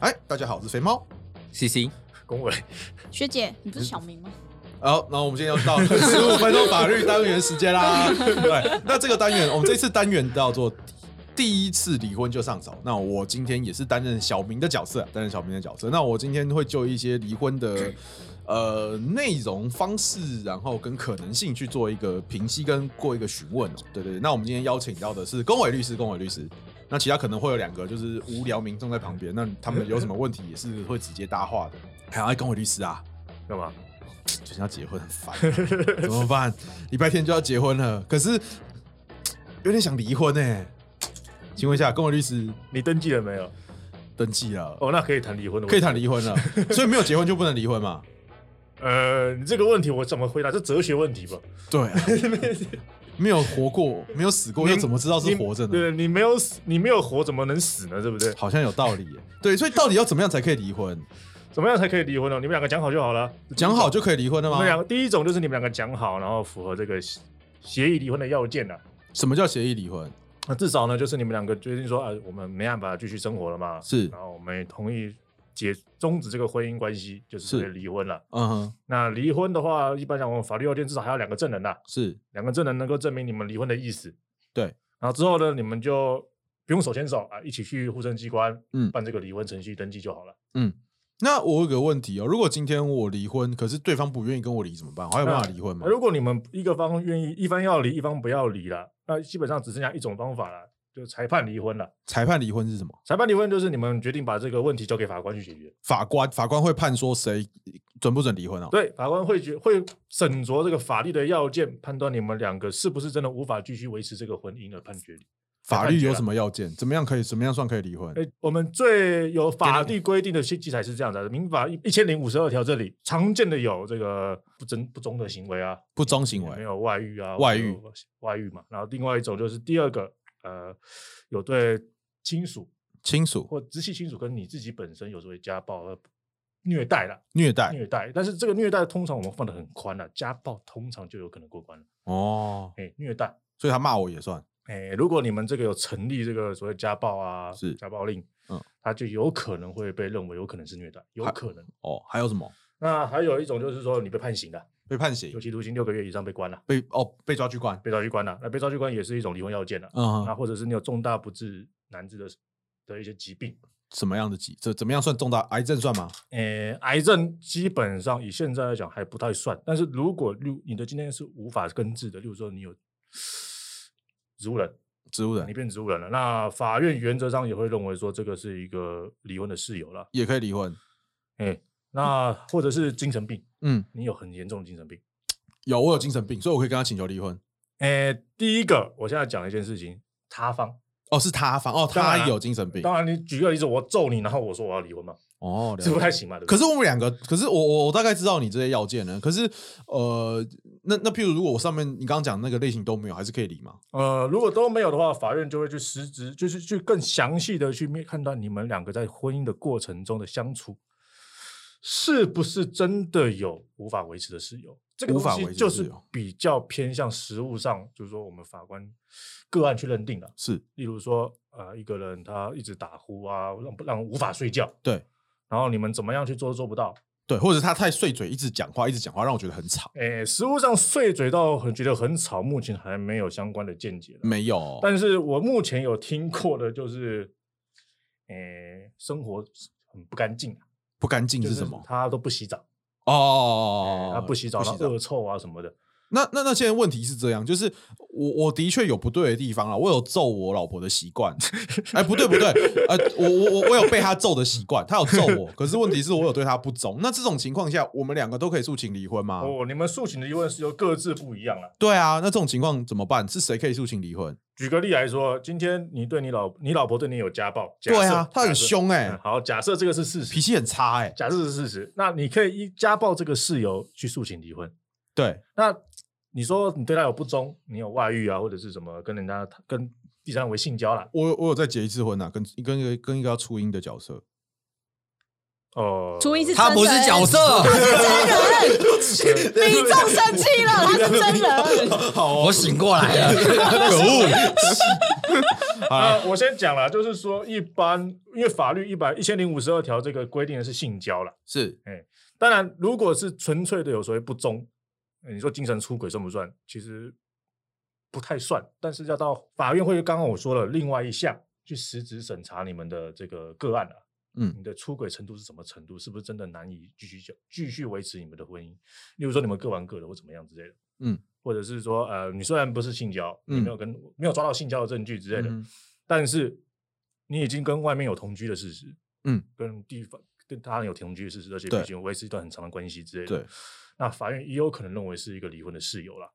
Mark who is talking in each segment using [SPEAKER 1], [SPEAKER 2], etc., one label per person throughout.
[SPEAKER 1] 哎，大家好，我是肥猫。
[SPEAKER 2] C C，
[SPEAKER 3] 恭维，
[SPEAKER 4] 学姐，你不是小明吗？
[SPEAKER 1] 好，那我们今天要到十五分钟法律单元时间啦。对，那这个单元，我们这次单元叫做第一次离婚就上手。那我今天也是担任小明的角色，担任小明的角色。那我今天会就一些离婚的呃内容、方式，然后跟可能性去做一个评析跟过一个询问哦。对对对，那我们今天邀请到的是龚伟律师，龚伟律师。那其他可能会有两个就是无聊民众在旁边，那他们有什么问题也是会直接搭话的。还有哎，龚伟律师啊，
[SPEAKER 3] 干嘛？
[SPEAKER 1] 最近要结婚很烦 啊、怎么办？礼拜天就要结婚了，可是有点想离婚呢、请问一下，跟我律师
[SPEAKER 3] 你登记了没有？
[SPEAKER 1] 登记了，
[SPEAKER 3] 哦，那可以谈离婚的，
[SPEAKER 1] 可以谈。离婚 了，所以没有结婚就不能离婚嘛？
[SPEAKER 3] 呃，你这个问题我怎么回答？这哲学问题吧。
[SPEAKER 1] 对、啊，没有活过，没有死过，又怎么知道是活着
[SPEAKER 3] 你
[SPEAKER 1] 呢？
[SPEAKER 3] 对你没有死，你没有活，怎么能死呢？对不对？
[SPEAKER 1] 好像有道理耶、对，所以到底要怎么样才可以离婚？
[SPEAKER 3] 怎么样才可以离婚呢？你们两个讲好就好了。
[SPEAKER 1] 讲好就可以离婚了
[SPEAKER 3] 你
[SPEAKER 1] 吗
[SPEAKER 3] 们？两个，第一种就是你们两个讲好，然后符合这个协协议离婚的要件了。
[SPEAKER 1] 什么叫协议离婚？
[SPEAKER 3] 那至少呢，就是你们两个决定说啊，我们没办法继续生活了嘛，
[SPEAKER 1] 是
[SPEAKER 3] 然后我们也同意解终止这个婚姻关系，就是
[SPEAKER 1] 是
[SPEAKER 3] 所谓离婚了。
[SPEAKER 1] 嗯哼，
[SPEAKER 3] 那离婚的话，一般讲我们法律要件至少还要两个证人啊呐、
[SPEAKER 1] 是
[SPEAKER 3] 两个证人能够证明你们离婚的意思。
[SPEAKER 1] 对，
[SPEAKER 3] 然后之后呢，你们就不用手牵手啊，一起去户政机关，
[SPEAKER 1] 嗯
[SPEAKER 3] 办这个离婚程序登记就好了。
[SPEAKER 1] 那我有个问题哦，如果今天我离婚，可是对方不愿意跟我离怎么办？我还有办法离婚吗
[SPEAKER 3] 那？如果你们一个方愿意，一方要离，一方不要离了，那基本上只剩下一种方法了，就裁判离婚了。
[SPEAKER 1] 裁判离婚是什么？
[SPEAKER 3] 裁判离婚就是你们决定把这个问题交给法官去解决，
[SPEAKER 1] 法官，法官会判说谁准不准离婚哦。
[SPEAKER 3] 对，法官会决会审酌这个法律的要件，判断你们两个是不是真的无法继续维持这个婚姻的判决啊理。
[SPEAKER 1] 法律有什么要件？怎么样可以？怎么样算可以离婚？
[SPEAKER 3] 哎，我们最有法律规定的系题材是这样的，《民法》一千零五十二条这里常见的有这个不贞不忠的行为啊，
[SPEAKER 1] 不忠行
[SPEAKER 3] 没
[SPEAKER 1] 为，
[SPEAKER 3] 有外遇啊，
[SPEAKER 1] 外遇
[SPEAKER 3] 外遇嘛。然后另外一种就是第二个，呃，有对亲属
[SPEAKER 1] 亲属
[SPEAKER 3] 或直系亲属跟你自己本身有所谓家暴和虐待啦，
[SPEAKER 1] 虐待
[SPEAKER 3] 虐待。但是这个虐待通常我们放的很宽了，家暴通常就有可能过关了。
[SPEAKER 1] 哦，
[SPEAKER 3] 哎，虐待。
[SPEAKER 1] 所以他骂我也算。
[SPEAKER 3] 哎，如果你们这个有成立这个所谓家暴啊，
[SPEAKER 1] 是
[SPEAKER 3] 家暴令，
[SPEAKER 1] 嗯
[SPEAKER 3] 嗯，他就有可能会被认为有可能是虐待，有
[SPEAKER 1] 还
[SPEAKER 3] 可能。
[SPEAKER 1] 哦，还有什么？
[SPEAKER 3] 那还有一种就是说你被判刑了，
[SPEAKER 1] 被判
[SPEAKER 3] 有
[SPEAKER 1] 刑，
[SPEAKER 3] 期徒刑六个月以上被关了，
[SPEAKER 1] 被哦被抓去关。
[SPEAKER 3] 被抓去关了。那被抓去关也是一种离婚要件了。
[SPEAKER 1] 嗯
[SPEAKER 3] 那
[SPEAKER 1] 哼，
[SPEAKER 3] 或者是你有重大不治难治的的一些疾病，
[SPEAKER 1] 什么样的疾？这怎么样算重大癌症算吗？
[SPEAKER 3] 呃，癌症基本上以现在来讲还不太算，但是如果例如你的今天是无法根治的，例如说你有 植物人，
[SPEAKER 1] 植物
[SPEAKER 3] 你
[SPEAKER 1] 人
[SPEAKER 3] 变植物人了，那法院原则上也会认为说这个是一个离婚的事由了。
[SPEAKER 1] 也可以离婚。
[SPEAKER 3] 哎、那或者是精神病，
[SPEAKER 1] 嗯，
[SPEAKER 3] 你有很严重的精神病。
[SPEAKER 1] 有我有精神病，所以我可以跟他请求离婚。
[SPEAKER 3] 哎、第一个，我现在讲一件事情，他方。
[SPEAKER 1] 哦，是他方哦，
[SPEAKER 3] 当然
[SPEAKER 1] 他
[SPEAKER 3] 啊
[SPEAKER 1] 有精神病
[SPEAKER 3] 当然，你举个例子，我揍你，然后我说我要离婚嘛，
[SPEAKER 1] 哦，了
[SPEAKER 3] 这不
[SPEAKER 1] 解
[SPEAKER 3] 太行嘛，对不
[SPEAKER 1] 可
[SPEAKER 3] 对？
[SPEAKER 1] 是我们两个，可是我我我大概知道你这些要件呢。可是呃，那那譬如如果我上面你刚刚讲那个类型都没有，还是可以离吗？
[SPEAKER 3] 呃，如果都没有的话，法院就会去实质，就是去更详细的去面看到你们两个在婚姻的过程中的相处，是不是真的有无法维持的事由？这个
[SPEAKER 1] 无
[SPEAKER 3] 东
[SPEAKER 1] 法
[SPEAKER 3] 西
[SPEAKER 1] 维持的
[SPEAKER 3] 就
[SPEAKER 1] 事
[SPEAKER 3] 是
[SPEAKER 1] 由
[SPEAKER 3] 比较偏向实务上，就是说我们法官个案去认定的。
[SPEAKER 1] 是
[SPEAKER 3] 例如说，呃，一个人他一直打呼啊，让让人无法睡觉，
[SPEAKER 1] 对
[SPEAKER 3] 然后你们怎么样去做都做不到。
[SPEAKER 1] 对，或者他太碎嘴，一直讲话，一直讲话，让我觉得很吵。
[SPEAKER 3] 诶，实物上碎嘴到很觉得很吵，目前还没有相关的见解啦。
[SPEAKER 1] 没有，
[SPEAKER 3] 但是我目前有听过的就是， 诶，生活很不干净啊，
[SPEAKER 1] 不干净
[SPEAKER 3] 就是
[SPEAKER 1] 嗯什么？
[SPEAKER 3] 他都不洗澡，
[SPEAKER 1] 哦，
[SPEAKER 3] 他不洗澡，
[SPEAKER 1] 不
[SPEAKER 3] 然
[SPEAKER 1] 洗
[SPEAKER 3] 后
[SPEAKER 1] 澡。
[SPEAKER 3] 恶臭啊什么的。
[SPEAKER 1] 那那那现在问题是这样，就是我我的确有不对的地方了，我有揍我老婆的习 惯，哎，不对不对，呃，我我我我有被他揍的习惯，他有揍我，可是问题是我有对他不忠。那这种情况下，我们两个都可以诉请离婚吗？
[SPEAKER 3] 哦，你们诉请的疑问是由各自不一样了。
[SPEAKER 1] 对啊，那这种情况怎么办？是谁可以诉请离婚？
[SPEAKER 3] 举个例来说，今天你对你老你老婆对你有家暴，假
[SPEAKER 1] 对啊
[SPEAKER 3] 设，
[SPEAKER 1] 他很
[SPEAKER 3] 假设
[SPEAKER 1] 凶哎、
[SPEAKER 3] 嗯好，假设这个是事实，
[SPEAKER 1] 脾气很差哎、
[SPEAKER 3] 假设是事实，那你可以依家暴这个事由去诉请离婚。
[SPEAKER 1] 对，
[SPEAKER 3] 那你说你对他有不忠，你有外遇啊，或者是什么跟人家跟第三人为性交啦？
[SPEAKER 1] 我有我有再结一次婚呐、啊跟跟一个跟一个要初音的角色，
[SPEAKER 3] 哦、
[SPEAKER 4] 初一是
[SPEAKER 2] 他不是角色，
[SPEAKER 4] 真人，
[SPEAKER 3] 对
[SPEAKER 4] 民众生气了，他是真人。
[SPEAKER 1] 好哦
[SPEAKER 2] 我醒过来了，可恶！
[SPEAKER 1] 好
[SPEAKER 3] 啊
[SPEAKER 1] 啦，
[SPEAKER 3] 我先讲了，就是说，一般因为法律一百一千零五十二条这个规定的是性交了。
[SPEAKER 1] 是
[SPEAKER 3] 当然，如果是纯粹的有所谓不忠，呃你说精神出轨算不算？其实不太算，但是要到法院会，刚刚我说了，另外一项去实质审查你们的这个个案了、
[SPEAKER 1] 嗯
[SPEAKER 3] 你的出轨程度是什么程度？是不是真的难以继续久继续维持你们的婚姻？例如说你们各玩各的，或怎么样之类的，
[SPEAKER 1] 嗯，
[SPEAKER 3] 或者是说呃，你虽然不是性交，你
[SPEAKER 1] 嗯
[SPEAKER 3] 没有跟没有抓到性交的证据之类的，
[SPEAKER 1] 嗯
[SPEAKER 3] 但是你已经跟外面有同居的事实，
[SPEAKER 1] 嗯，
[SPEAKER 3] 跟地方跟他人有同居的事实，而且
[SPEAKER 1] 对
[SPEAKER 3] 已经维持一段很长的关系之类的，
[SPEAKER 1] 对，
[SPEAKER 3] 那法院也有可能认为是一个离婚的事由啦，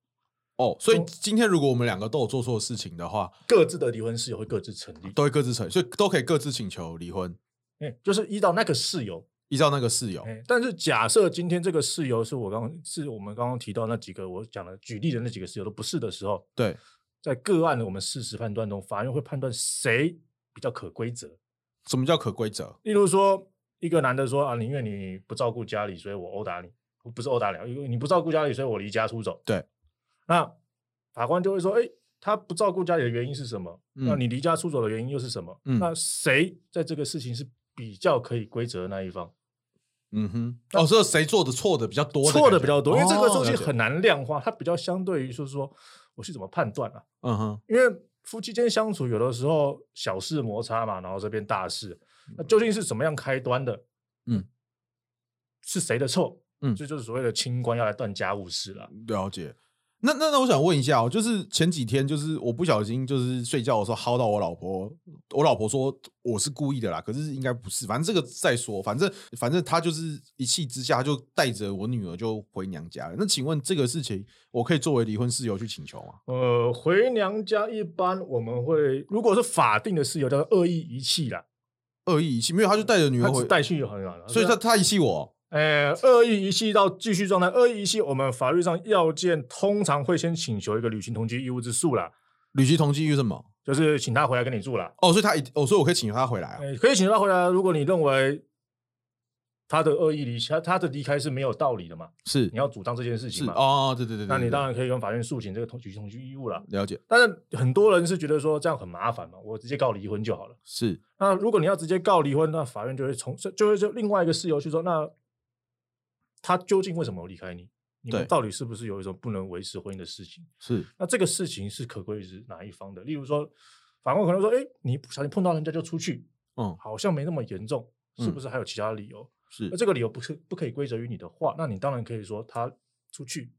[SPEAKER 1] 哦，所以今天如果我们两个都有做错事情的话，
[SPEAKER 3] 各自的离婚事由会各自成立，
[SPEAKER 1] 都会各自成，所以都可以各自请求离婚，
[SPEAKER 3] 哎，就是依照那个事由。
[SPEAKER 1] 依照那个事由。
[SPEAKER 3] 哎，但是假设今天这个事由是我刚刚是我们刚刚提到那几个我讲的举例的那几个事由都不是的时候，
[SPEAKER 1] 对，
[SPEAKER 3] 在个案的我们事实判断中，法院会判断谁比较可归责。
[SPEAKER 1] 什么叫可归责？
[SPEAKER 3] 例如说，一个男的说啊，宁愿你不照顾家里，所以我殴打你，不是殴打你，因为你不照顾家里，所以我离家出走。
[SPEAKER 1] 对，
[SPEAKER 3] 那法官就会说，哎、他不照顾家里的原因是什么？
[SPEAKER 1] 嗯
[SPEAKER 3] 那你离家出走的原因又是什么？
[SPEAKER 1] 嗯
[SPEAKER 3] 那谁在这个事情是比较可以归责的那一方？
[SPEAKER 1] 嗯哼，哦，所以谁做的错的比较多感觉，
[SPEAKER 3] 错的比较多，因为这个
[SPEAKER 1] 哦
[SPEAKER 3] 东西，
[SPEAKER 1] 了解
[SPEAKER 3] 很难量化，它比较相对于就是说我去怎么判断啊？
[SPEAKER 1] 嗯哼，
[SPEAKER 3] 因为夫妻间相处有的时候小事摩擦嘛，然后这边大事，那究竟是怎么样开端的？
[SPEAKER 1] 嗯，
[SPEAKER 3] 是谁的错？
[SPEAKER 1] 嗯
[SPEAKER 3] 这就是所谓的清官要来断家务事了。
[SPEAKER 1] 了解。那那那我想问一下哦，就是前几天就是我不小心就是睡觉的时候薅到我老婆，我老婆说我是故意的啦，可是应该不是，反正这个再说，反正反正她就是一气之下就带着我女儿就回娘家了。那请问这个事情，我可以作为离婚事由去请求吗？
[SPEAKER 3] 呃，回娘家一般我们会，如果是法定的事由，叫做恶意遗弃啦，
[SPEAKER 1] 恶意遗弃没有，她就带着女
[SPEAKER 3] 他
[SPEAKER 1] 儿回
[SPEAKER 3] 只，带去啊很远了，
[SPEAKER 1] 所以她她遗弃我，
[SPEAKER 3] 呃，恶意遗弃到继续状态，恶意遗弃，我们法律上要件通常会先请求一个履行同居义务之诉啦，
[SPEAKER 1] 旅行同居是什么？
[SPEAKER 3] 就是请他回来跟你住啦。
[SPEAKER 1] 哦，所以她一哦，所以我可以请求她回来啊。
[SPEAKER 3] 呃可以请求他回来，如果你认为他的恶意离他他的离开是没有道理的嘛，
[SPEAKER 1] 是
[SPEAKER 3] 你要主张这件事
[SPEAKER 1] 是
[SPEAKER 3] 情嘛，
[SPEAKER 1] 哦，对对对，对
[SPEAKER 3] 那你
[SPEAKER 1] 对
[SPEAKER 3] 当然可以跟法院诉请这个同居同居义务啦。
[SPEAKER 1] 了解
[SPEAKER 3] 但是很多人是觉得说这样很麻烦嘛，我直接告离婚就好了。
[SPEAKER 1] 是
[SPEAKER 3] 那如果你要直接告离婚，那法院就会从就会就另外一个事由去说，那他究竟为什么离开你？你们
[SPEAKER 1] 对
[SPEAKER 3] 到底是不是有一种不能维持婚姻的事情？
[SPEAKER 1] 是
[SPEAKER 3] 那这个事情是可归于哪一方的？例如说，法官可能说，哎，你不小心碰到人家就出去，
[SPEAKER 1] 嗯
[SPEAKER 3] 好像没那么严重，是
[SPEAKER 1] 嗯
[SPEAKER 3] 不是还有其他理由？
[SPEAKER 1] 是
[SPEAKER 3] 那这个理由不是不可以归责于你的话，那你当然可以说他出去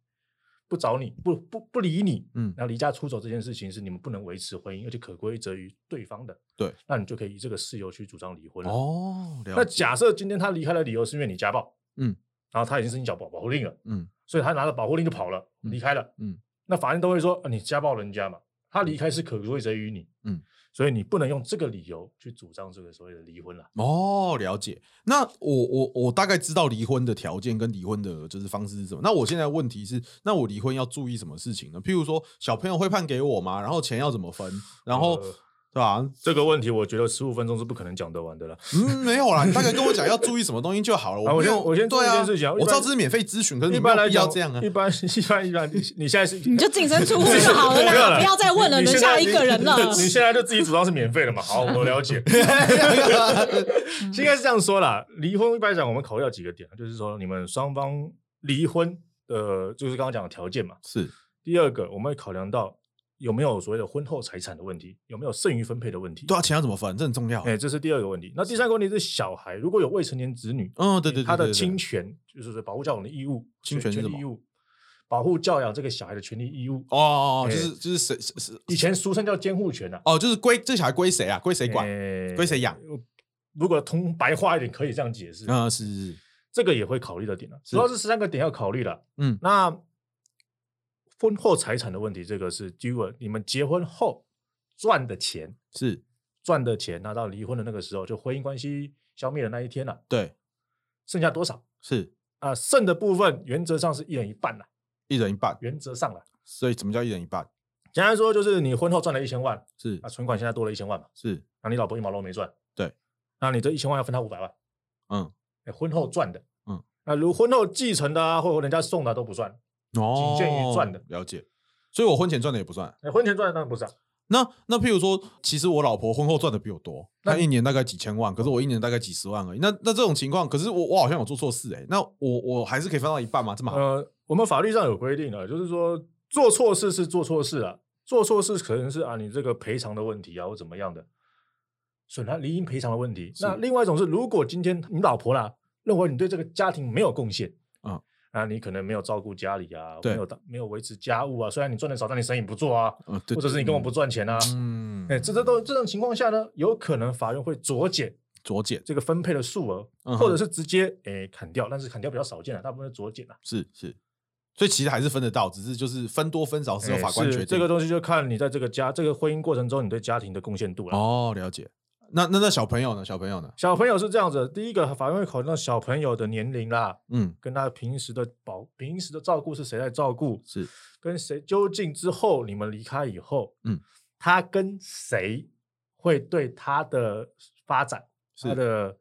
[SPEAKER 3] 不找你，不不不理你，
[SPEAKER 1] 嗯
[SPEAKER 3] 那离家出走这件事情是你们不能维持婚姻，而且可归责于对方的。
[SPEAKER 1] 对，
[SPEAKER 3] 那你就可以以这个事由去主张离婚了。
[SPEAKER 1] 哦，
[SPEAKER 3] 那
[SPEAKER 1] 了解
[SPEAKER 3] 假设今天他离开的理由是因为你家暴，
[SPEAKER 1] 嗯，
[SPEAKER 3] 然后他已经申请保保护令了，
[SPEAKER 1] 嗯
[SPEAKER 3] 所以他拿着保护令就跑了，
[SPEAKER 1] 嗯
[SPEAKER 3] 离开了，
[SPEAKER 1] 嗯，
[SPEAKER 3] 那法院都会说、啊、你家暴人家嘛，他离开是可归责于你，
[SPEAKER 1] 嗯，
[SPEAKER 3] 所以你不能用这个理由去主张这个所谓的离婚了。
[SPEAKER 1] 哦，了解。那我我我大概知道离婚的条件跟离婚的就是方式是什么。那我现在问题是，那我离婚要注意什么事情呢？譬如说，小朋友会判给我吗？然后钱要怎么分？然后、
[SPEAKER 3] 呃
[SPEAKER 1] 对吧？
[SPEAKER 3] 这个问题，我觉得十五分钟是不可能讲得完的了。
[SPEAKER 1] 嗯，没有啦，你大概跟我讲要注意什么东西就 好了。
[SPEAKER 3] 啊我
[SPEAKER 1] 没有
[SPEAKER 3] 先我先做
[SPEAKER 1] 对
[SPEAKER 3] 一
[SPEAKER 1] 啊，
[SPEAKER 3] 件事情啊一
[SPEAKER 1] 我知道
[SPEAKER 3] 般
[SPEAKER 1] 这是免费咨询，可是
[SPEAKER 3] 一
[SPEAKER 1] 你
[SPEAKER 3] 般
[SPEAKER 1] 没有
[SPEAKER 3] 来
[SPEAKER 1] 必要
[SPEAKER 3] 讲，
[SPEAKER 1] 这样啊
[SPEAKER 3] 一。般 一般一般，你你现在是
[SPEAKER 4] 你就净身出户就好了啦，不要再问了，
[SPEAKER 3] 你
[SPEAKER 4] 轮
[SPEAKER 3] 现在
[SPEAKER 4] 下一个人了
[SPEAKER 3] 你。你现在就自己主张是免费的嘛？好，我 了解。
[SPEAKER 1] 啊
[SPEAKER 3] 应该是这样说啦，离婚一般来讲，我们考虑到几个点，啊就是说你们双方离婚呃，就是刚刚讲的条件嘛。
[SPEAKER 1] 是
[SPEAKER 3] 第二个，我们会考量到有没有所谓的婚后财产的问题，有没有剩余分配的问题。
[SPEAKER 1] 对啊，钱要怎么分？这很重要。
[SPEAKER 3] 哎，这是第二个问题。那第三个问题是小孩，如果有未成年子女，
[SPEAKER 1] 嗯，对对对，
[SPEAKER 3] 他的
[SPEAKER 1] 对对
[SPEAKER 3] 侵权就是说保护教养的义务，
[SPEAKER 1] 侵权
[SPEAKER 3] 权
[SPEAKER 1] 是
[SPEAKER 3] 权
[SPEAKER 1] 什
[SPEAKER 3] 利
[SPEAKER 1] 么
[SPEAKER 3] 义务，保护教养这个小孩的权利义务。
[SPEAKER 1] 哦哦哦，就
[SPEAKER 3] 哎
[SPEAKER 1] 是就是谁是是
[SPEAKER 3] 以前俗称叫监护权啊，
[SPEAKER 1] 哦，就是归这小孩归谁啊？归谁管？
[SPEAKER 3] 诶
[SPEAKER 1] 归谁养？
[SPEAKER 3] 如果通白话一点，可以这样解释，
[SPEAKER 1] 嗯，是是是，
[SPEAKER 3] 这个也会考虑的点啊。主要是三个点要考虑了。
[SPEAKER 1] 嗯
[SPEAKER 3] 那婚后财产的问题，这个是基本你们结婚后赚的钱，
[SPEAKER 1] 是，
[SPEAKER 3] 赚的钱，那到离婚的那个时候，就婚姻关系消灭的那一天了、
[SPEAKER 1] 对，
[SPEAKER 3] 剩下多少
[SPEAKER 1] 是
[SPEAKER 3] 啊？剩的部分原则上是一人一半啦，
[SPEAKER 1] 一人一半。
[SPEAKER 3] 原则上啦。
[SPEAKER 1] 所以怎么叫一人一半？
[SPEAKER 3] 简单说就是你婚后赚了一千万，
[SPEAKER 1] 是
[SPEAKER 3] 啊，存款现在多了一千万嘛，
[SPEAKER 1] 是，
[SPEAKER 3] 那你老婆一毛都没赚，
[SPEAKER 1] 对，
[SPEAKER 3] 那你这一千万要分她五百万，
[SPEAKER 1] 嗯，
[SPEAKER 3] 哎，婚后赚的，
[SPEAKER 1] 嗯，
[SPEAKER 3] 那啊，如婚后继承的啊，或者人家送的啊都不算。
[SPEAKER 1] 哦，
[SPEAKER 3] 仅限于赚的
[SPEAKER 1] 了解。所以我婚前赚的也不算。
[SPEAKER 3] 哎婚前赚的当然不算，
[SPEAKER 1] 那那譬如说，其实我老婆婚后赚的比我多，
[SPEAKER 3] 那
[SPEAKER 1] 她一年大概几千万，可是我一年大概几十万而已。那那这种情况，可是我我好像有做错事哎、那我我还是可以分到一半吗？这么好？
[SPEAKER 3] 呃，我们法律上有规定啊，就是说做错事是做错事啊，做错事可能是啊你这个赔偿的问题啊或怎么样的，损害离婚赔偿的问题。
[SPEAKER 1] 是
[SPEAKER 3] 那另外一种是，如果今天你老婆啦认为你对这个家庭没有贡献，
[SPEAKER 1] 嗯
[SPEAKER 3] 啊，啊你可能没有照顾家里啊，
[SPEAKER 1] 对
[SPEAKER 3] 没有当没有维持家务啊，虽然你赚的少，但你生意不做啊，
[SPEAKER 1] 呃，对
[SPEAKER 3] 或者是你根本不，赚钱啊，
[SPEAKER 1] 嗯，
[SPEAKER 3] 哎、这这都这种情况下呢，有可能法院会酌减
[SPEAKER 1] 酌减
[SPEAKER 3] 这个分配的数额，
[SPEAKER 1] 嗯哼
[SPEAKER 3] 或者是直接哎砍掉，但是砍掉比较少见了、大部分是酌减啊。
[SPEAKER 1] 是是，所以其实还是分得到，只是就是分多分少是由
[SPEAKER 3] 哎
[SPEAKER 1] 法官
[SPEAKER 3] 是
[SPEAKER 1] 决定。
[SPEAKER 3] 这个东西就看你在这个家这个婚姻过程中你对家庭的贡献度了。
[SPEAKER 1] 哦，了解。那那那小朋友呢？小朋友呢？
[SPEAKER 3] 小朋友是这样子，第一个法院会考虑到小朋友的年龄啦，
[SPEAKER 1] 嗯，
[SPEAKER 3] 跟他平时的保平时的照顾是谁在照顾，
[SPEAKER 1] 是
[SPEAKER 3] 跟谁究竟之后你们离开以后，
[SPEAKER 1] 嗯，
[SPEAKER 3] 他跟谁会对他的发展，
[SPEAKER 1] 是
[SPEAKER 3] 他的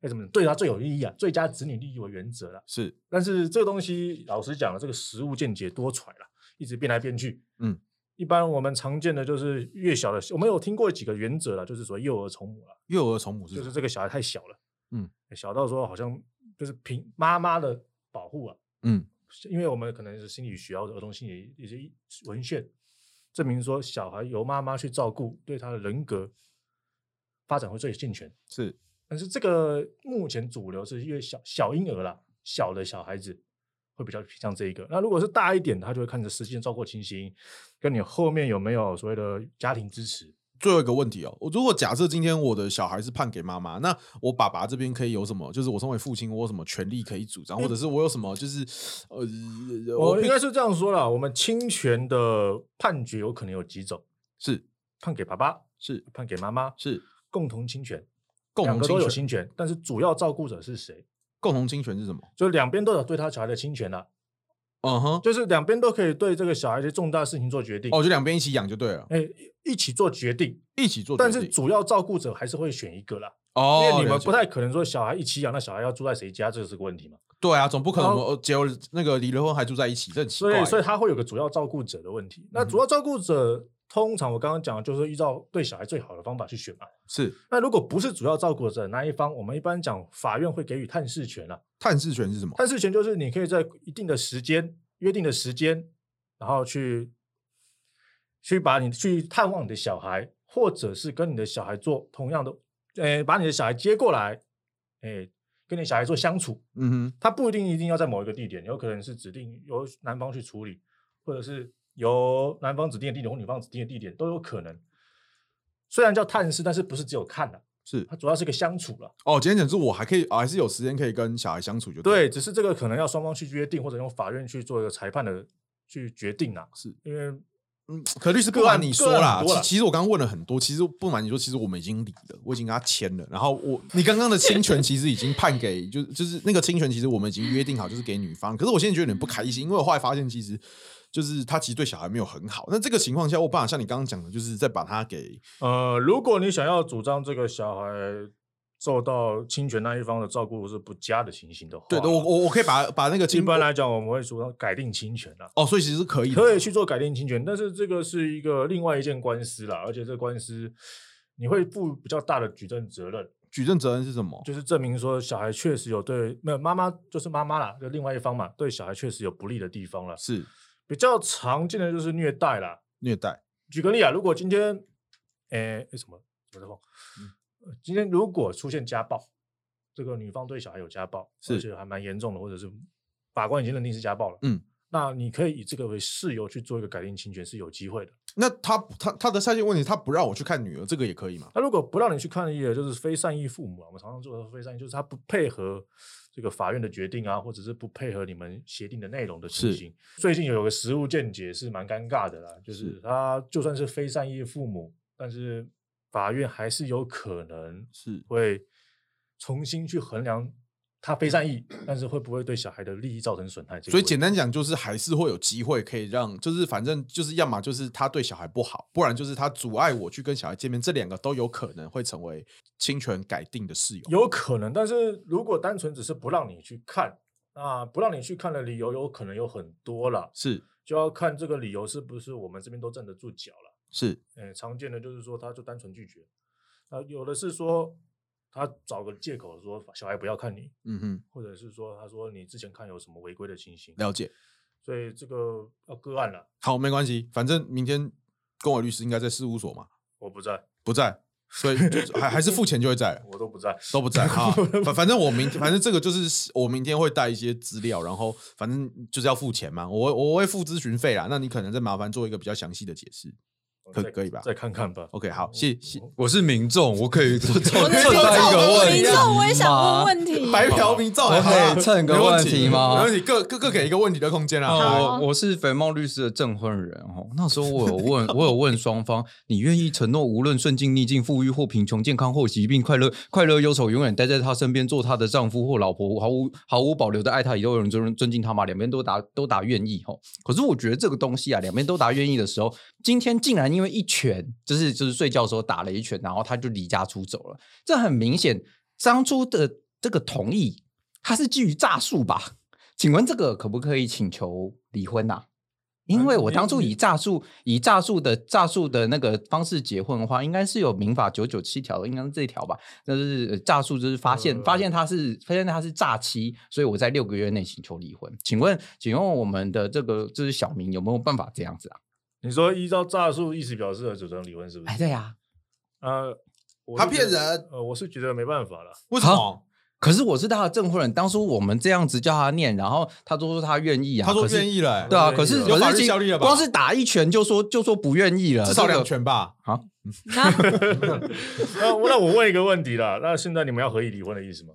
[SPEAKER 3] 该怎么讲对他最有利益啊，最佳子女利益为原则啦。
[SPEAKER 1] 是，
[SPEAKER 3] 但是这个东西，老实讲了，这个实物见解多舛了，一直变来变去。
[SPEAKER 1] 嗯，
[SPEAKER 3] 一般我们常见的就是越小的，我们有听过几个原则了，就是说幼儿从母了，
[SPEAKER 1] 幼儿从母是
[SPEAKER 3] 就
[SPEAKER 1] 什
[SPEAKER 3] 是
[SPEAKER 1] 么
[SPEAKER 3] 这个小孩太小了，
[SPEAKER 1] 嗯，
[SPEAKER 3] 小到说好像就是凭妈妈的保护啊，
[SPEAKER 1] 嗯，
[SPEAKER 3] 因为我们可能是心理学啊或者儿童心理一些文献证明说，小孩由妈妈去照顾，对他的人格发展会最健全。
[SPEAKER 1] 是
[SPEAKER 3] 但是这个目前主流是因为小小婴儿啦，小的小孩子会比较偏向这一个。那如果是大一点，他就会看着实际的照顾情形，跟你后面有没有所谓的家庭支持。
[SPEAKER 1] 最后一个问题哦，我如果假设今天我的小孩是判给妈妈，那我爸爸这边可以有什么？就是我身为父亲，我有什么权利可以主张，或者是我有什么就是呃，
[SPEAKER 3] 我
[SPEAKER 1] 必
[SPEAKER 3] 哦应该是这样说啦，我们侵权的判决有可能有几种：
[SPEAKER 1] 是
[SPEAKER 3] 判给爸爸、
[SPEAKER 1] 是
[SPEAKER 3] 判给妈妈、
[SPEAKER 1] 是
[SPEAKER 3] 共同侵权，
[SPEAKER 1] 共
[SPEAKER 3] 两
[SPEAKER 1] 同
[SPEAKER 3] 个都
[SPEAKER 1] 侵
[SPEAKER 3] 有
[SPEAKER 1] 权，
[SPEAKER 3] 侵权，但是主要照顾者是谁？
[SPEAKER 1] 共同侵权是什么？
[SPEAKER 3] 就两边都有对他小孩的侵权啦，
[SPEAKER 1] 嗯哼，
[SPEAKER 3] 就是两边都可以对这个小孩的重大事情做决定。
[SPEAKER 1] 哦，就两边一起养就对了，
[SPEAKER 3] 哎，一起做决定，
[SPEAKER 1] 一起做决
[SPEAKER 3] 但
[SPEAKER 1] 定。
[SPEAKER 3] 是主要照顾者还是会选一个啦，
[SPEAKER 1] 哦，
[SPEAKER 3] 因为你们
[SPEAKER 1] 了解
[SPEAKER 3] 不太可能说小孩一起养，那小孩要住在谁家，这是个问题嘛。
[SPEAKER 1] 对啊，总不可能
[SPEAKER 3] 然后
[SPEAKER 1] 我结了那个离了婚还住在一起，这很奇
[SPEAKER 3] 所
[SPEAKER 1] 怪。嗯
[SPEAKER 3] 以，所以他会有个主要照顾者的问题。那主要照顾者通常我刚刚讲的就是依照对小孩最好的方法去选嘛。
[SPEAKER 1] 是
[SPEAKER 3] 那如果不是主要照顾者那一方，我们一般讲法院会给予探视权啊。
[SPEAKER 1] 探视权是什么？
[SPEAKER 3] 探视权就是你可以在一定的时间、约定的时间，然后去去把你去探望你的小孩，或者是跟你的小孩做同样的，呃，把你的小孩接过来，哎，跟你小孩做相处。
[SPEAKER 1] 嗯
[SPEAKER 3] 他不一定一定要在某一个地点，有可能是指定由男方去处理，或者是由男方指定的地点或女方指定的地点都有可能。虽然叫探视，但是不是只有看了、啊
[SPEAKER 1] 哼，是
[SPEAKER 3] 它主要是一个相处了、
[SPEAKER 1] 哦。简单讲，是我还可以、啊还是有时间可以跟小孩相处就
[SPEAKER 3] 对，
[SPEAKER 1] 了。
[SPEAKER 3] 只是这个可能要双方去约定，或者用法院去做一个裁判的去决定啊。
[SPEAKER 1] 是，
[SPEAKER 3] 因为
[SPEAKER 1] 嗯，可律师不
[SPEAKER 3] 个案
[SPEAKER 1] 瞒你说
[SPEAKER 3] 个案
[SPEAKER 1] 啦，
[SPEAKER 3] 很多
[SPEAKER 1] 其
[SPEAKER 3] 啦
[SPEAKER 1] 其实我刚刚问了很多，其实不瞒你说，其实我们已经离了，我已经跟他签了。然后我，你刚刚的侵权其实已经判给，就就是那个侵权，其实我们已经约定好，就是给女方。可是我现在觉得有点不开心，因为我后来发现，其实就是他其实对小孩没有很好。那这个情况下，我办法像你刚刚讲的，就是再把他给
[SPEAKER 3] 呃，如果你想要主张这个小孩受到侵权那一方的照顾是不佳的情形的话，
[SPEAKER 1] 对的，我我我可以把把那个
[SPEAKER 3] 一
[SPEAKER 1] 侵
[SPEAKER 3] 般来讲我们会主张改定侵权啊。
[SPEAKER 1] 哦，所以其实是可以的，
[SPEAKER 3] 可以去做改定侵权，但是这个是一个另外一件官司啦，而且这官司你会负比较大的举证责任，
[SPEAKER 1] 举证责任是什么？
[SPEAKER 3] 就是证明说小孩确实有对没有妈妈就是妈妈啦，就另外一方嘛，对小孩确实有不利的地方了。
[SPEAKER 1] 是
[SPEAKER 3] 比较常见的就是虐待啦，
[SPEAKER 1] 虐待，
[SPEAKER 3] 举个例啊，如果今天，诶、诶什么什么状况？
[SPEAKER 1] 嗯
[SPEAKER 3] 呃今天如果出现家暴，这个女方对小孩有家暴，
[SPEAKER 1] 是
[SPEAKER 3] 而且还蛮严重的，或者是法官已经认定是家暴了，
[SPEAKER 1] 嗯，
[SPEAKER 3] 那你可以以这个为事由去做一个改定侵权是有机会的。
[SPEAKER 1] 那他他他的下线问题，他不让我去看女儿，这个也可以吗？
[SPEAKER 3] 那如果不让你去看一眼，就是非善意父母啊，我们常常做的非善意，就是他不配合这个法院的决定啊，或者是不配合你们协定的内容的情
[SPEAKER 1] 是
[SPEAKER 3] 形。最近有个实务见解是蛮尴尬的啦，就是是他就算是非善意父母，但是法院还是有可能
[SPEAKER 1] 是
[SPEAKER 3] 会重新去衡量他非善意，但是会不会对小孩的利益造成损害？这个
[SPEAKER 1] 所以
[SPEAKER 3] 问
[SPEAKER 1] 简单讲，就是还是会有机会可以让，就是反正就是要么就是他对小孩不好，不然就是他阻碍我去跟小孩见面，这两个都有可能会成为侵权改定的事由。
[SPEAKER 3] 有可能，但是如果单纯只是不让你去看，那不让你去看的理由有可能有很多了，
[SPEAKER 1] 是
[SPEAKER 3] 就要看这个理由是不是我们这边都站得住脚了。
[SPEAKER 1] 是，
[SPEAKER 3] 呃，常见的就是说他就单纯拒绝，那有的是说他找个借口说小孩不要看你，
[SPEAKER 1] 嗯哼，
[SPEAKER 3] 或者是说他说你之前看有什么违规的情形，
[SPEAKER 1] 了解。
[SPEAKER 3] 所以这个要个案了，
[SPEAKER 1] 好，没关系，反正明天公委律师应该在事务所嘛，
[SPEAKER 3] 我不在，
[SPEAKER 1] 不在，所以就是还还是付钱就会在了。
[SPEAKER 3] 我都不在，
[SPEAKER 1] 都不在 啊，反反正我明反正这个就是我明天会带一些资料，然后反正就是要付钱嘛，我会我会付咨询费啦，那你可能再麻烦做一个比较详细的解释。
[SPEAKER 3] 我
[SPEAKER 1] 可
[SPEAKER 3] 再
[SPEAKER 1] 可以吧
[SPEAKER 3] 再看看吧。
[SPEAKER 1] OK，好，谢谢。
[SPEAKER 2] 我是民 众，我可以蹭蹭
[SPEAKER 4] 我是
[SPEAKER 2] 蹭到一个问题
[SPEAKER 4] 民众，我也想问
[SPEAKER 2] 吗
[SPEAKER 4] 问题。
[SPEAKER 1] 白嫖名照还好
[SPEAKER 2] 我
[SPEAKER 1] 啦，
[SPEAKER 2] 哦可以蹭个
[SPEAKER 1] 没问
[SPEAKER 2] 问题吗
[SPEAKER 1] 没问题，各各各给一个问题的空间啦。啊来
[SPEAKER 2] 哦，我我是肥猫律师的证婚人哦。那时候我有问， 我有问双方，你愿意承诺无论顺境、逆境、富裕或贫穷、健康或疾病、快乐、快乐、忧愁，永远待在他身边，做他的丈夫或老婆，毫无毫无保留的爱他，以后有人尊尊敬他吗？两边都答都答愿意哦。可是我觉得这个东西啊，两边都答愿意的时候，今天竟然因为一拳，就是就是睡觉的时候打了一拳，然后他就离家出走了。这很明显，当初的这个同意，它是基于诈术吧？请问这个可不可以请求离婚呐、
[SPEAKER 1] 啊
[SPEAKER 2] 因为我当初以诈术、以诈术的诈术的那个方式结婚的话，应该是有民法九九七条的，应该是这一条吧？就是呃诈术，就是发现、
[SPEAKER 3] 呃
[SPEAKER 2] 发现他是发现他是诈欺，所以我在六个月内请求离婚。请问，请问我们的这个就是小明有没有办法这样子啊？
[SPEAKER 3] 你说依照诈术意思表示而主张离婚是不
[SPEAKER 2] 哎，
[SPEAKER 3] 是？
[SPEAKER 2] 对呀、
[SPEAKER 3] 呃，我
[SPEAKER 1] 他
[SPEAKER 3] 是觉
[SPEAKER 1] 骗
[SPEAKER 3] 得
[SPEAKER 1] 人
[SPEAKER 3] 呃，我是觉得没办法了。
[SPEAKER 1] 为什么？
[SPEAKER 2] 可是我是他的证婚人，当初我们这样子叫他念，然后他都说他愿意啊，
[SPEAKER 1] 他说
[SPEAKER 2] 可是
[SPEAKER 1] 愿意了欸，
[SPEAKER 2] 对啊，
[SPEAKER 3] 对
[SPEAKER 2] 可是
[SPEAKER 3] 有
[SPEAKER 2] 可
[SPEAKER 1] 法
[SPEAKER 2] 是
[SPEAKER 1] 律
[SPEAKER 2] 其
[SPEAKER 1] 效力了吧
[SPEAKER 2] 光是打一拳就说就说不愿意了，
[SPEAKER 1] 至少
[SPEAKER 2] 这个
[SPEAKER 1] 两拳吧。
[SPEAKER 4] 那
[SPEAKER 3] 那我那我问一个问题啦，那现在你们要合意离婚的意思吗？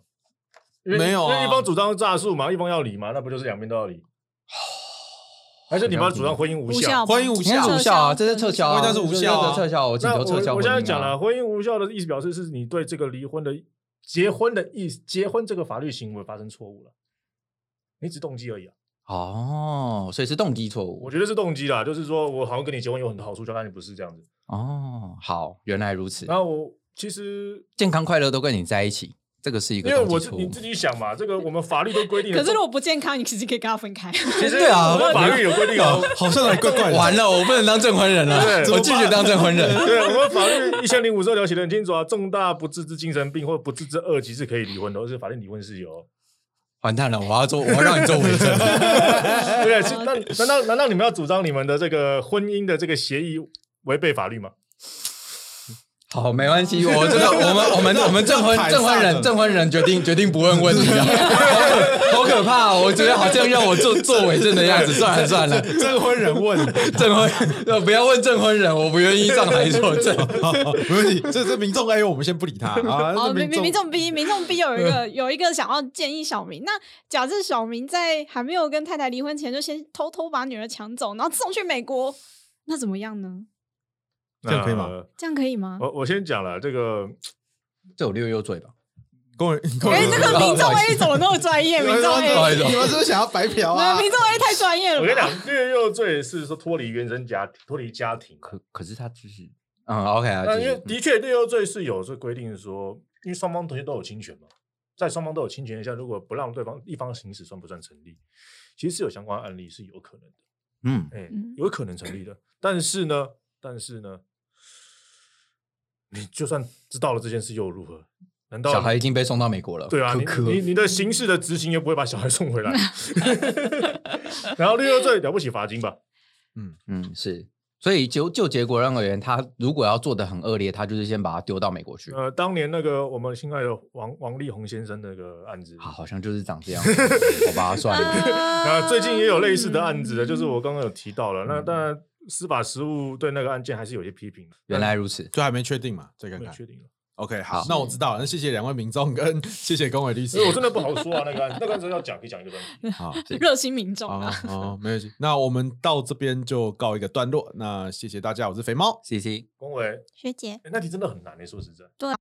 [SPEAKER 3] 因为
[SPEAKER 1] 没有啊
[SPEAKER 3] 因为一方主张诈术嘛，一方要离嘛，那不就是两边都要离？还是你们要主张婚姻无
[SPEAKER 4] 无效吧，
[SPEAKER 1] 欢迎无
[SPEAKER 2] 应该
[SPEAKER 1] 效
[SPEAKER 2] 是无效啊，这是撤
[SPEAKER 4] 撤
[SPEAKER 2] 销
[SPEAKER 1] 因
[SPEAKER 2] 啊，
[SPEAKER 1] 为它是无效啊
[SPEAKER 2] 这是撤销，我请
[SPEAKER 3] 那
[SPEAKER 2] 求撤销
[SPEAKER 3] 我我
[SPEAKER 2] 婚
[SPEAKER 3] 现在
[SPEAKER 2] 姻
[SPEAKER 3] 讲
[SPEAKER 2] 啊。
[SPEAKER 3] 了，婚姻无效的意思表示是你对这个离婚的结婚的意结婚这个法律行为发生错误了，你只动机而已啊。
[SPEAKER 2] 哦，所以是动机错
[SPEAKER 3] 我
[SPEAKER 2] 误。
[SPEAKER 3] 觉得是动机啦，就是说我好像跟你结婚有很多好处，但你不是这样子。
[SPEAKER 2] 哦，好，原来如此
[SPEAKER 3] 然。后我其实
[SPEAKER 2] 健康快乐都跟你在一起，这个是一个
[SPEAKER 3] 因为
[SPEAKER 2] 动
[SPEAKER 3] 我
[SPEAKER 2] 机
[SPEAKER 3] 是
[SPEAKER 2] 错
[SPEAKER 3] 你
[SPEAKER 2] 误
[SPEAKER 3] 自。己想嘛，这个我们法律都规定了。
[SPEAKER 4] 可是如果不健康，你其实可以跟他分开。
[SPEAKER 3] 其实
[SPEAKER 2] 对啊
[SPEAKER 3] 我们法律有规定啊。
[SPEAKER 1] 好像还怪怪的。
[SPEAKER 2] 完了，我不能当证婚人了
[SPEAKER 3] 对，
[SPEAKER 2] 我拒绝当证婚人。
[SPEAKER 3] 对，我们法律 一千零五十二条写的很清楚啊，重大不治之精神病或不治之恶疾是可以离婚的，而是法定离婚 事由。
[SPEAKER 2] 完蛋了，我要做，我要让你做伪证。
[SPEAKER 3] 对，是那难道难道你们要主张你们的这个婚姻的这个协议违背法律吗？
[SPEAKER 2] 好，没关 系，我这个我们我们我们证婚
[SPEAKER 1] 这样
[SPEAKER 2] 证婚人证婚人决定决定不问问题 啊，好可好可怕、哦！我觉得好像让我做做伪证的样子，算了算了，
[SPEAKER 1] 证婚人 问，
[SPEAKER 2] 证婚不要问证婚人，我不愿意上台作证。
[SPEAKER 1] 好没问题。这这民众 A，我们先不理他 啊。
[SPEAKER 4] 哦，
[SPEAKER 1] 这
[SPEAKER 4] 民民
[SPEAKER 1] 民
[SPEAKER 4] 民众 B，民众 B 有一个有一个想要建议小明，那假设小明在还没有跟太太离婚前，就先偷偷把女儿抢走，然后送去美国，那怎么样呢？
[SPEAKER 1] 这样可以吗
[SPEAKER 3] 呃
[SPEAKER 4] 这样可以吗？
[SPEAKER 3] 我我先讲了，这个
[SPEAKER 2] 这有六右嘴吧？
[SPEAKER 1] 公委，公
[SPEAKER 4] 哎、
[SPEAKER 1] 委
[SPEAKER 4] 这个民众 A 怎么那么专业？民众 A，
[SPEAKER 2] 不好意思
[SPEAKER 1] 啊你们是不是想要白嫖啊
[SPEAKER 4] 那？民众 A 太专业
[SPEAKER 3] 我跟
[SPEAKER 4] 了
[SPEAKER 3] 你
[SPEAKER 4] 吧。
[SPEAKER 3] 讲，虐幼罪是说脱离原生家庭，脱离家庭。
[SPEAKER 2] 可可是他就是嗯，OK 啊，
[SPEAKER 3] 那
[SPEAKER 2] 就
[SPEAKER 3] 呃因为
[SPEAKER 2] 是
[SPEAKER 3] 的确，虐幼罪是有这规定说，因为双方同学都有侵权嘛，在双方都有侵权下，如果不让对方一方行使，算不算成立？其实是有相关案例是有可能的，
[SPEAKER 2] 嗯，
[SPEAKER 3] 哎、
[SPEAKER 4] 嗯
[SPEAKER 3] 有可能成立的。但是呢，但是呢，你就算知道了这件事又如何？难道
[SPEAKER 2] 小孩已经被送到美国了，
[SPEAKER 3] 对啊，
[SPEAKER 2] 可
[SPEAKER 3] 你
[SPEAKER 2] 可
[SPEAKER 3] 你你的刑事的执行也不会把小孩送回来，然后虐幼罪了不起罚金吧？
[SPEAKER 2] 嗯是，所以就就结果而言，他如果要做的很恶劣，他就是先把他丢到美国去。
[SPEAKER 3] 呃，当年那个我们亲爱的王王力宏先生那个案子，
[SPEAKER 2] 好，好像就是长这样，我把他算 了。
[SPEAKER 3] 那
[SPEAKER 4] 那
[SPEAKER 3] 呃最近也有类似的案子的，就是我刚刚有提到了。
[SPEAKER 2] 嗯
[SPEAKER 3] 那当然，司法实务对那个案件还是有些批评的。
[SPEAKER 2] 原来如此，
[SPEAKER 1] 就还没确定嘛，再看
[SPEAKER 3] 但没有
[SPEAKER 1] 看。
[SPEAKER 3] 确定了，
[SPEAKER 1] OK，好
[SPEAKER 2] 好，
[SPEAKER 1] 那我知道了。那谢谢两位民众，跟 谢谢公委律师
[SPEAKER 2] 哎
[SPEAKER 3] 所以。我真的不好说啊。那个案，那个案子要讲可以讲一个专题。
[SPEAKER 1] 好，
[SPEAKER 4] 热心民众
[SPEAKER 1] 好
[SPEAKER 4] 啊，
[SPEAKER 1] 好，没关系。那我们到这边就告一个段落。那谢谢大家，我是肥猫。
[SPEAKER 2] C C。
[SPEAKER 3] 龚维，哎
[SPEAKER 4] 学姐，
[SPEAKER 3] 诶那题真的很难诶，说实在。
[SPEAKER 4] 对啊